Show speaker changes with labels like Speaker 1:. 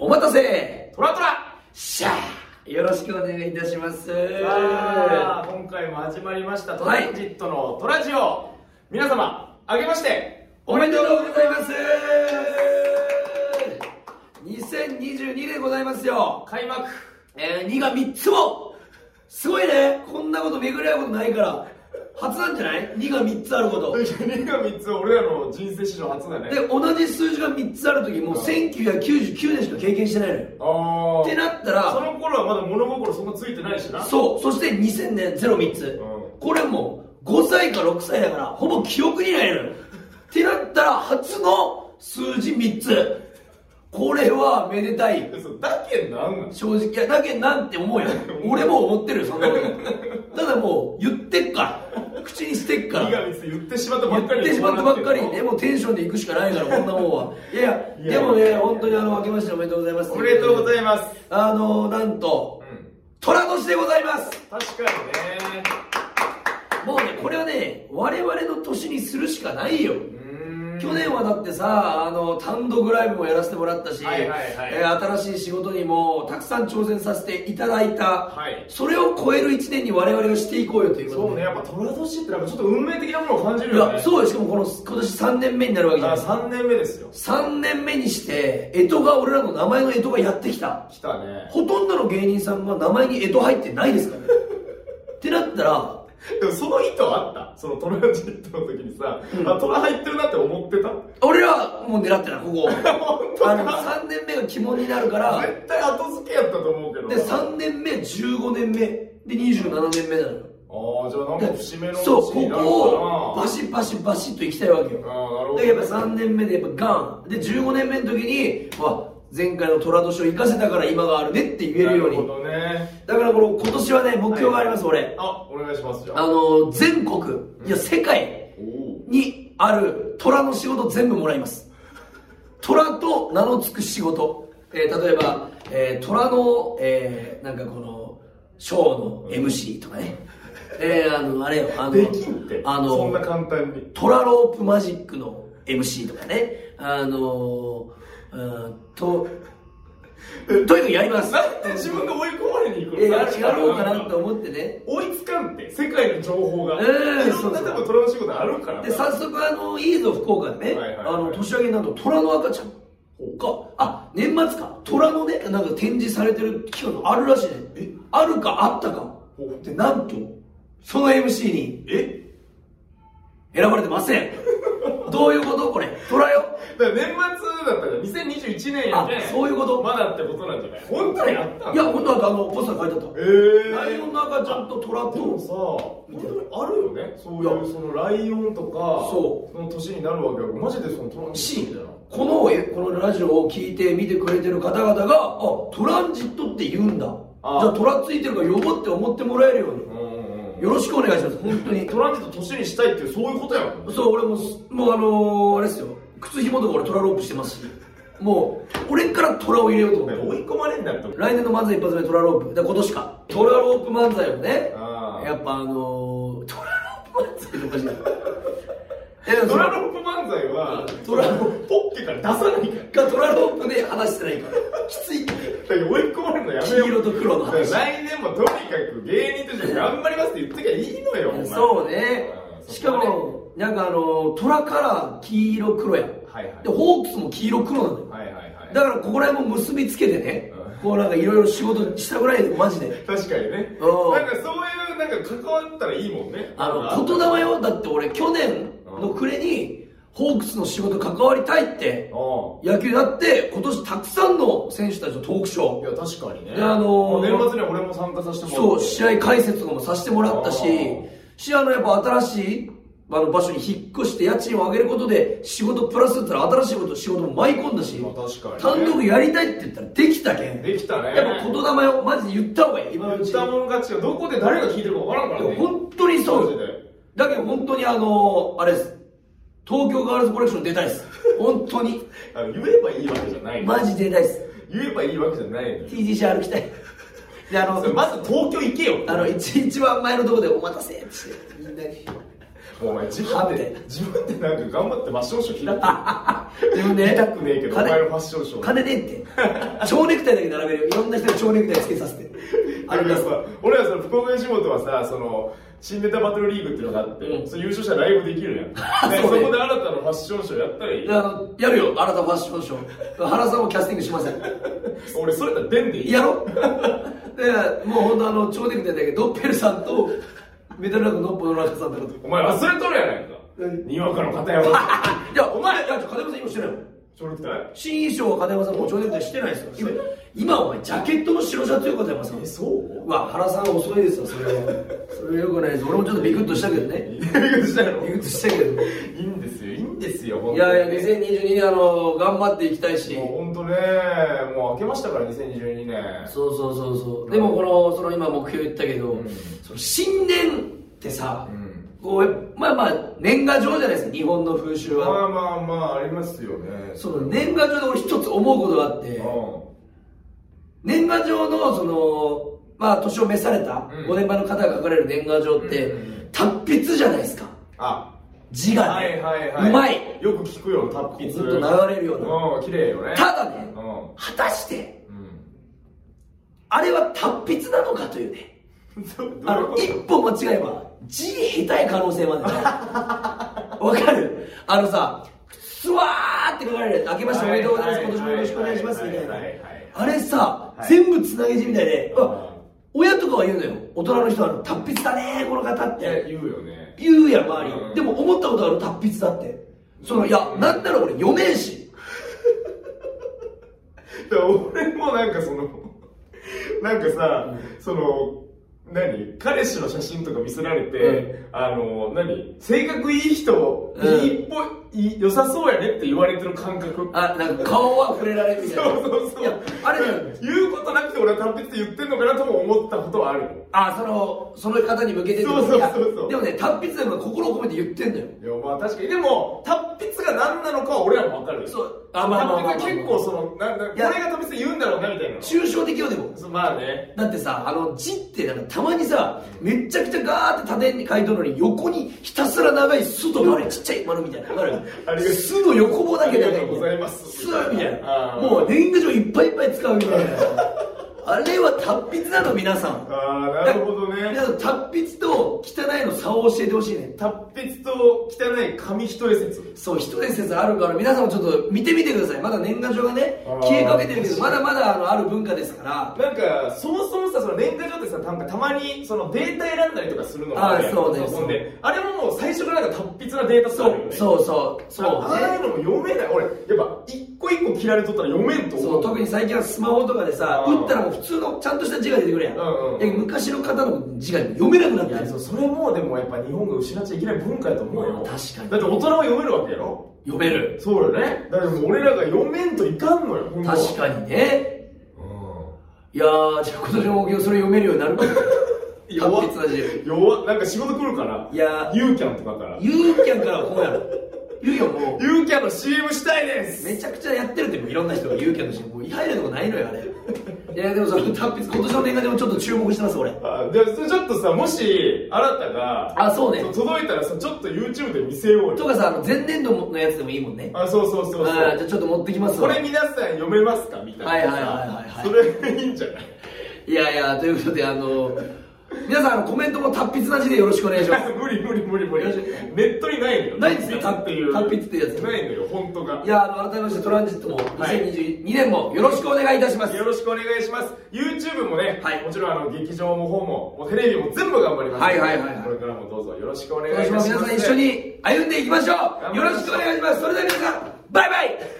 Speaker 1: 待たせトラトラシャーよろしくお願いいたします
Speaker 2: さあ今回も始まりましたトランジットのトラジオ、皆様あげまして
Speaker 1: おめでとうございます2022でございますよ
Speaker 2: 開幕
Speaker 1: えー、2が3つもすごいねこんなこと巡り合うことないから初なんじゃない ?2 が3つあること
Speaker 2: 2が3つ俺らの人生史上初だね
Speaker 1: で同じ数字が3つある時もう1999年しか経験してないのよ
Speaker 2: ああ
Speaker 1: ってなったら
Speaker 2: その頃はまだ物心そんなついてないしな
Speaker 1: そうそして2000年03つ、
Speaker 2: う
Speaker 1: これもう5歳か6歳だからほぼ記憶にないのよってなったら初の数字3つこれはめでたい
Speaker 2: そうだけなんなん
Speaker 1: 正直いやだけなんて思うよ俺も思ってるよそんなことただもう言ってっから口にしてっか
Speaker 2: 2が
Speaker 1: ら
Speaker 2: 3つ言ってしまったば
Speaker 1: 言
Speaker 2: っかり
Speaker 1: ってしまったばっかり
Speaker 2: で
Speaker 1: でもうテンションで行くしかないからこんなもんはいやいやでもね本当にあの明けましておめでとうございます
Speaker 2: おめでとうご
Speaker 1: い
Speaker 2: ざいます、
Speaker 1: ますあのなんと
Speaker 2: うん、
Speaker 1: 虎年でございます
Speaker 2: 確かにね
Speaker 1: もうねこれはね我々の年にするしかないよ
Speaker 2: うーん
Speaker 1: 去年はだってさあの単独ライブもやらせてもらったし、
Speaker 2: はいはいはい
Speaker 1: えー新しい仕事にもたくさん挑戦させていただいた、
Speaker 2: はい
Speaker 1: それを超える1年に我々がしていこうよということ
Speaker 2: そうねやっぱ虎年ってなんかちょっと運命的なものを感じる
Speaker 1: い
Speaker 2: よね
Speaker 1: やそうよしかもこの今年3年目になるわけじゃ
Speaker 2: あ
Speaker 1: ない
Speaker 2: 3年目ですよ
Speaker 1: 3年目にして干支が俺らの名前の干支がやってきた
Speaker 2: 来たね
Speaker 1: ほとんどの芸人さんは名前に干支入ってないですからねってなったら
Speaker 2: でもその意図はあったそのトラジットの時にさ、あトラ入ってるなって思ってた
Speaker 1: 俺はもう狙ってないここ
Speaker 2: 本当
Speaker 1: あの
Speaker 2: か
Speaker 1: 3年目が肝になるから
Speaker 2: 絶対後付けやったと思うけどな
Speaker 1: で3年目15年目で27年目なのよ
Speaker 2: ああじゃあなんか
Speaker 1: で
Speaker 2: 節目の
Speaker 1: そう
Speaker 2: 年
Speaker 1: こ
Speaker 2: になる
Speaker 1: こを
Speaker 2: か
Speaker 1: バシバシバシッといきたいわけよ
Speaker 2: なああなるほど
Speaker 1: でやっぱ3年目でやっぱガンで15年目の時にうわ前回の虎年を生かせたから今があるねって言えるように
Speaker 2: なるほどね
Speaker 1: だからこの今年はね目標があります、俺
Speaker 2: あお願いしますじゃ
Speaker 1: あ
Speaker 2: あ
Speaker 1: の全国いや世界
Speaker 2: おお
Speaker 1: にある虎の仕事全部もらいます虎と名の付く仕事、えー例えば、えー虎の、えーなんかこのショーの MC とかね、えーあのあれよあの
Speaker 2: できんって
Speaker 1: あ
Speaker 2: そんな
Speaker 1: の
Speaker 2: 簡単に
Speaker 1: 虎ロープマジックの MC とかねあのーうんととにかくやります
Speaker 2: なんで自分が追い込まれに行く
Speaker 1: え
Speaker 2: の
Speaker 1: ややろうかなと思ってね
Speaker 2: 追いつかんって世界の情報が、
Speaker 1: ええ
Speaker 2: いろんな
Speaker 1: そうそう
Speaker 2: 多分トラの仕事あるからな
Speaker 1: で早速あのいいぞ福岡でね、
Speaker 2: はいはいはい
Speaker 1: あの年明けになんと虎の赤ちゃんがあ年末か虎のねなんか展示されてる期間があるらしいねあるかあったか
Speaker 2: お
Speaker 1: でなんとその MC に
Speaker 2: え
Speaker 1: 選ばれてません どういうことこれ虎よ
Speaker 2: だから年末だったから2021年やね
Speaker 1: あそういうこと
Speaker 2: まだってことなんじゃない 本当にあった
Speaker 1: いや
Speaker 2: え
Speaker 1: 本当はあのポスター書いてあっ
Speaker 2: え
Speaker 1: た、ライオンの赤ちゃんと虎
Speaker 2: でも
Speaker 1: と
Speaker 2: さ本当にあるよねそう
Speaker 1: い
Speaker 2: い
Speaker 1: や
Speaker 2: うそのライオンとか
Speaker 1: そ
Speaker 2: の年になるわけやからマジでそのトランシーンみたいな
Speaker 1: このえこのラジオを聞いて見てくれてる方々があトランジットって言うんだ
Speaker 2: あ
Speaker 1: じゃあ虎ついてるから呼ぼうって思ってもらえるように
Speaker 2: うんうんうん
Speaker 1: よろしくお願いします本当に
Speaker 2: トランジット年にしたいっていうそういうことやもんね
Speaker 1: そう俺もすもうあのー、あれですよ靴紐とか俺トラロープしてますしもう俺からトラを入れようと思って
Speaker 2: 追い込まれんだって
Speaker 1: 来年の漫才一発目トラロープで今年かトラロープ漫才をね
Speaker 2: あー
Speaker 1: やっぱあのー、トラロープ漫才とかし ないえ
Speaker 2: トラロープ漫才は
Speaker 1: トラ
Speaker 2: ポッケから出さないから
Speaker 1: がトラロープで話してないからきつい
Speaker 2: だから追い込まれるのやめよう
Speaker 1: 黄色と黒の
Speaker 2: だから
Speaker 1: 話
Speaker 2: 来年もとにかく芸人として頑張りますって言ってきゃいいのよお前
Speaker 1: そうね
Speaker 2: うん
Speaker 1: しかもなんかあのー、トラカラー黄色黒やん
Speaker 2: はいはい
Speaker 1: でホークスも黄色黒なのよ
Speaker 2: はいはいはい
Speaker 1: だからここら辺も結びつけてね
Speaker 2: うん、
Speaker 1: こうなんかいろいろ仕事したぐらいで、マジで。
Speaker 2: 確かにね
Speaker 1: うん
Speaker 2: なんかそういうなんか関わったらいいもんね
Speaker 1: あ
Speaker 2: なん
Speaker 1: の、
Speaker 2: か
Speaker 1: 言霊よ、だって俺、去年の暮れに、ホークスの仕事関わりたいって、
Speaker 2: う
Speaker 1: 野球だって、今年たくさんの選手たちのトークショ
Speaker 2: んいや確かにね
Speaker 1: であのー
Speaker 2: もう年末には俺も参加させて
Speaker 1: ー、
Speaker 2: も
Speaker 1: そ
Speaker 2: ら
Speaker 1: う、
Speaker 2: し
Speaker 1: 試合解説とかもさせてもらったし
Speaker 2: うん、
Speaker 1: し、あの、やっぱ新しい、あの場所に引っ越して家賃を上げることで仕事プラスだったら新しいこと仕事も舞い込んだし、
Speaker 2: まあ確かに
Speaker 1: 単
Speaker 2: ね
Speaker 1: 独やりたいって言ったらできたけん
Speaker 2: できたね
Speaker 1: やっぱ言霊よマジで言った方がいい今のう
Speaker 2: 言っ
Speaker 1: ち
Speaker 2: たもん勝ちがどこで誰が聞いてるかわからんからね
Speaker 1: 本当にそ
Speaker 2: マジで
Speaker 1: うだけど本当にあのあれです東京ガールズコレクション出たいです本当に
Speaker 2: あの言えばいいわけじゃないの
Speaker 1: マジ出たいです
Speaker 2: 言えばいいわけじゃないのよ
Speaker 1: TGC 歩きたいであの
Speaker 2: まず東京行けよ
Speaker 1: あの一一番前のとこでお待たせってみんなに
Speaker 2: お前自分
Speaker 1: は
Speaker 2: で
Speaker 1: て
Speaker 2: 自分でなんか頑張ってファッションショー開く
Speaker 1: 自分で
Speaker 2: 見たくねえけどお前のファッションショー
Speaker 1: 金ねえって蝶ネクタイだけ並べるよいろんな人が蝶ネクタイつけさせてあ
Speaker 2: あ
Speaker 1: れ
Speaker 2: れ
Speaker 1: だ
Speaker 2: ださ俺らその福岡吉本はさその新ネタバトルリーグっていうのがあって、
Speaker 1: うん
Speaker 2: その優勝したらライブでき るやんでそ
Speaker 1: そうね
Speaker 2: こで新たなファッションショーやったらいい
Speaker 1: あのやるよ新たファッションショー原さんもキャスティングしません
Speaker 2: 俺それだったら出んでいい
Speaker 1: やろでもうほんとあの蝶ネクタイだけどドッペルさんとメタルラックのノッポの中さんってこと
Speaker 2: お前忘れとるやないか
Speaker 1: 何
Speaker 2: にわかの片山
Speaker 1: いやお前いや金山さん今してないもん
Speaker 2: ちょろくない
Speaker 1: 新衣装は金山さんもう蝶ネクタイしてないですよ今今お前ジャケットの白シャツよ金山さん
Speaker 2: そう
Speaker 1: うわ原さん遅いですよそれはそれよくないです俺もちょっとビクッとしたけどね
Speaker 2: いいしたやろ
Speaker 1: ビ
Speaker 2: い
Speaker 1: クッとしたけど
Speaker 2: いんですよいいんですよ本
Speaker 1: い
Speaker 2: 当に
Speaker 1: やいや2022年あの頑張っていきたいし
Speaker 2: もう本当ねもう明けましたから2022年
Speaker 1: そうそうそうそうでもこのその今目標言ったけど、
Speaker 2: うん
Speaker 1: その新年ってさ、
Speaker 2: ん
Speaker 1: こうまあまあ年賀状じゃないですか日本の風習
Speaker 2: ま
Speaker 1: は、
Speaker 2: あまあまあありますよね
Speaker 1: その年賀状で俺一つ思うことがあって、年賀状のそのまあ年を召された
Speaker 2: うん
Speaker 1: 5年前の方が書かれる年賀状って、
Speaker 2: うんうんうん
Speaker 1: 達筆じゃないですか
Speaker 2: あ
Speaker 1: 字が
Speaker 2: は
Speaker 1: ね、
Speaker 2: いはいはいう
Speaker 1: まい
Speaker 2: よく聞くよ達
Speaker 1: ず
Speaker 2: 筆
Speaker 1: っと流れるような
Speaker 2: うん綺麗よね
Speaker 1: ただね
Speaker 2: う
Speaker 1: 果たして
Speaker 2: ん
Speaker 1: あれは達筆なのかというね
Speaker 2: うんど
Speaker 1: あ
Speaker 2: どういう
Speaker 1: の
Speaker 2: こ
Speaker 1: 一歩間違えば字下手い可能性まであるわかるあのさスワーって書かれる「明けましておめでとうございます
Speaker 2: はい
Speaker 1: 今年もよろしくお願いします」みたいな
Speaker 2: はいはいはいはい
Speaker 1: あれさ
Speaker 2: はい
Speaker 1: 全部つなげ字みたいで
Speaker 2: うん
Speaker 1: あ親とかは言うのよ大人の人は達筆だねこの方っ
Speaker 2: といや
Speaker 1: て
Speaker 2: 言うよね
Speaker 1: 言うやん周り
Speaker 2: うん
Speaker 1: でも思ったことある達筆だってそのいやなんなら俺読めんし
Speaker 2: だから俺もなんかその なんかさ、その何彼氏の写真とか見せられて、
Speaker 1: う
Speaker 2: あの何性格いい人、
Speaker 1: うん
Speaker 2: いいっぽいい良さそうやねって言われてる感覚
Speaker 1: あなんか顔は触れられるみたいな
Speaker 2: そうそうそう
Speaker 1: いやあれね
Speaker 2: 言うことなくて俺は達筆って言ってんのかなとも思ったことはある
Speaker 1: あそのその方に向けてってこと
Speaker 2: そうそうそう
Speaker 1: いや
Speaker 2: そう
Speaker 1: でもね達筆でも心を込めて言ってんだよ
Speaker 2: いやまあ確かにでも達筆が何なのかは俺らも分かる
Speaker 1: そうあ
Speaker 2: あ
Speaker 1: まあ
Speaker 2: まあ
Speaker 1: まあまあまあ
Speaker 2: 達筆は結構そのなんなん
Speaker 1: いや
Speaker 2: 俺が達筆言うんだろうなみたいな
Speaker 1: 抽象的よでも
Speaker 2: そうまあね
Speaker 1: だってさあの字ってなんかたまにさめっちゃくちゃガーって縦に書いとるのに横にひたすら長い「す」とかあれちっちゃい丸みたいなわ
Speaker 2: あ
Speaker 1: か
Speaker 2: り
Speaker 1: る
Speaker 2: がとう
Speaker 1: す」の横棒だけで
Speaker 2: ありがとうございます
Speaker 1: す」みたいな
Speaker 2: あー
Speaker 1: もう年賀状いっぱいいっぱい使うみたいなあれは達筆なの皆さ ん
Speaker 2: ああなるほどね
Speaker 1: 皆さん達筆と汚いの差を教えてほしいね
Speaker 2: 達筆と汚い紙一重説
Speaker 1: そう一年説あるから皆さんもちょっと見てみてくださいまだ年賀状がね
Speaker 2: あー
Speaker 1: 消えかけてるけどまだまだあのある文化ですから
Speaker 2: なんかそもそもさその年賀状ってさなんかたまにそのデータ選んだりとかするのもるやん
Speaker 1: あそうね
Speaker 2: パソコン
Speaker 1: そ
Speaker 2: であれももう最初からなんか達筆なデータとかあ
Speaker 1: そ
Speaker 2: るよ
Speaker 1: う
Speaker 2: ね
Speaker 1: そうそうそう
Speaker 2: あああい
Speaker 1: ね
Speaker 2: うのも読めない俺やっぱ一個一個切られとったら読めんと思
Speaker 1: そ
Speaker 2: う
Speaker 1: う特に最近はスマホとかでさ
Speaker 2: うん
Speaker 1: 打ったらもう普通のちゃんとした字が出てくるやん,、
Speaker 2: うんうん
Speaker 1: で昔の方の字が読めなくなっ
Speaker 2: い
Speaker 1: て
Speaker 2: や
Speaker 1: る
Speaker 2: そうそれもでもやっぱ日本が失っちゃいけない文化やと思うよ
Speaker 1: 確かに
Speaker 2: だって大人は読めるわけやろ
Speaker 1: 読める
Speaker 2: そうよねだからもう俺らが読めんといかんのよ本当
Speaker 1: 確かにね
Speaker 2: う
Speaker 1: いやーじゃあ今年の目標それ読めるようにな るかも
Speaker 2: ん弱っ
Speaker 1: 達筆な字
Speaker 2: 弱っなんか仕事来るから
Speaker 1: いやー
Speaker 2: ユーキャンとかから
Speaker 1: ユーキャンからはこうやろユーキャンもう
Speaker 2: ユーキャンの CM したいです
Speaker 1: めちゃくちゃやってるってもういろんな人が言うけどしもう入るとこないのよあ れいやでもその達筆今年の年賀でもちょっと注目してます俺
Speaker 2: あでそれちょっとさもしあなたが
Speaker 1: あそうね
Speaker 2: と届いたらさちょっと YouTube で見せよう
Speaker 1: と
Speaker 2: よ
Speaker 1: かさあの前年度のやつでもいいもんね
Speaker 2: あそうそうそうそ
Speaker 1: あー
Speaker 2: う
Speaker 1: じゃあちょっと持ってきます
Speaker 2: こ
Speaker 1: わ
Speaker 2: れ皆さん読めますかみたいな
Speaker 1: はいはいはいはいはい
Speaker 2: それがいいんじゃない
Speaker 1: いやいやということであの皆さんあのコメントも達筆な字でよろしくお願いします
Speaker 2: 無理無理無理無理
Speaker 1: よし
Speaker 2: ネットにないのよ
Speaker 1: ないんですか
Speaker 2: 達筆っていう
Speaker 1: 達筆ってやつ
Speaker 2: ないのよ本当が
Speaker 1: いやあの改めましてトランジットも
Speaker 2: はい
Speaker 1: 2022年もよろしくお願いいたします
Speaker 2: よろしくお願いします YouTube もね、
Speaker 1: はい
Speaker 2: もちろんあの劇場も方ももうテレビも全部頑張りますので
Speaker 1: はいはいはいはい
Speaker 2: これからもどうぞよろしくお願い
Speaker 1: お
Speaker 2: いた
Speaker 1: 願い
Speaker 2: し
Speaker 1: し
Speaker 2: ま
Speaker 1: ますす皆さん一緒に歩んでいきましょ
Speaker 2: 張
Speaker 1: う
Speaker 2: り
Speaker 1: よ
Speaker 2: ましょう
Speaker 1: ろしくお願いしますそれでは皆さんバイバイ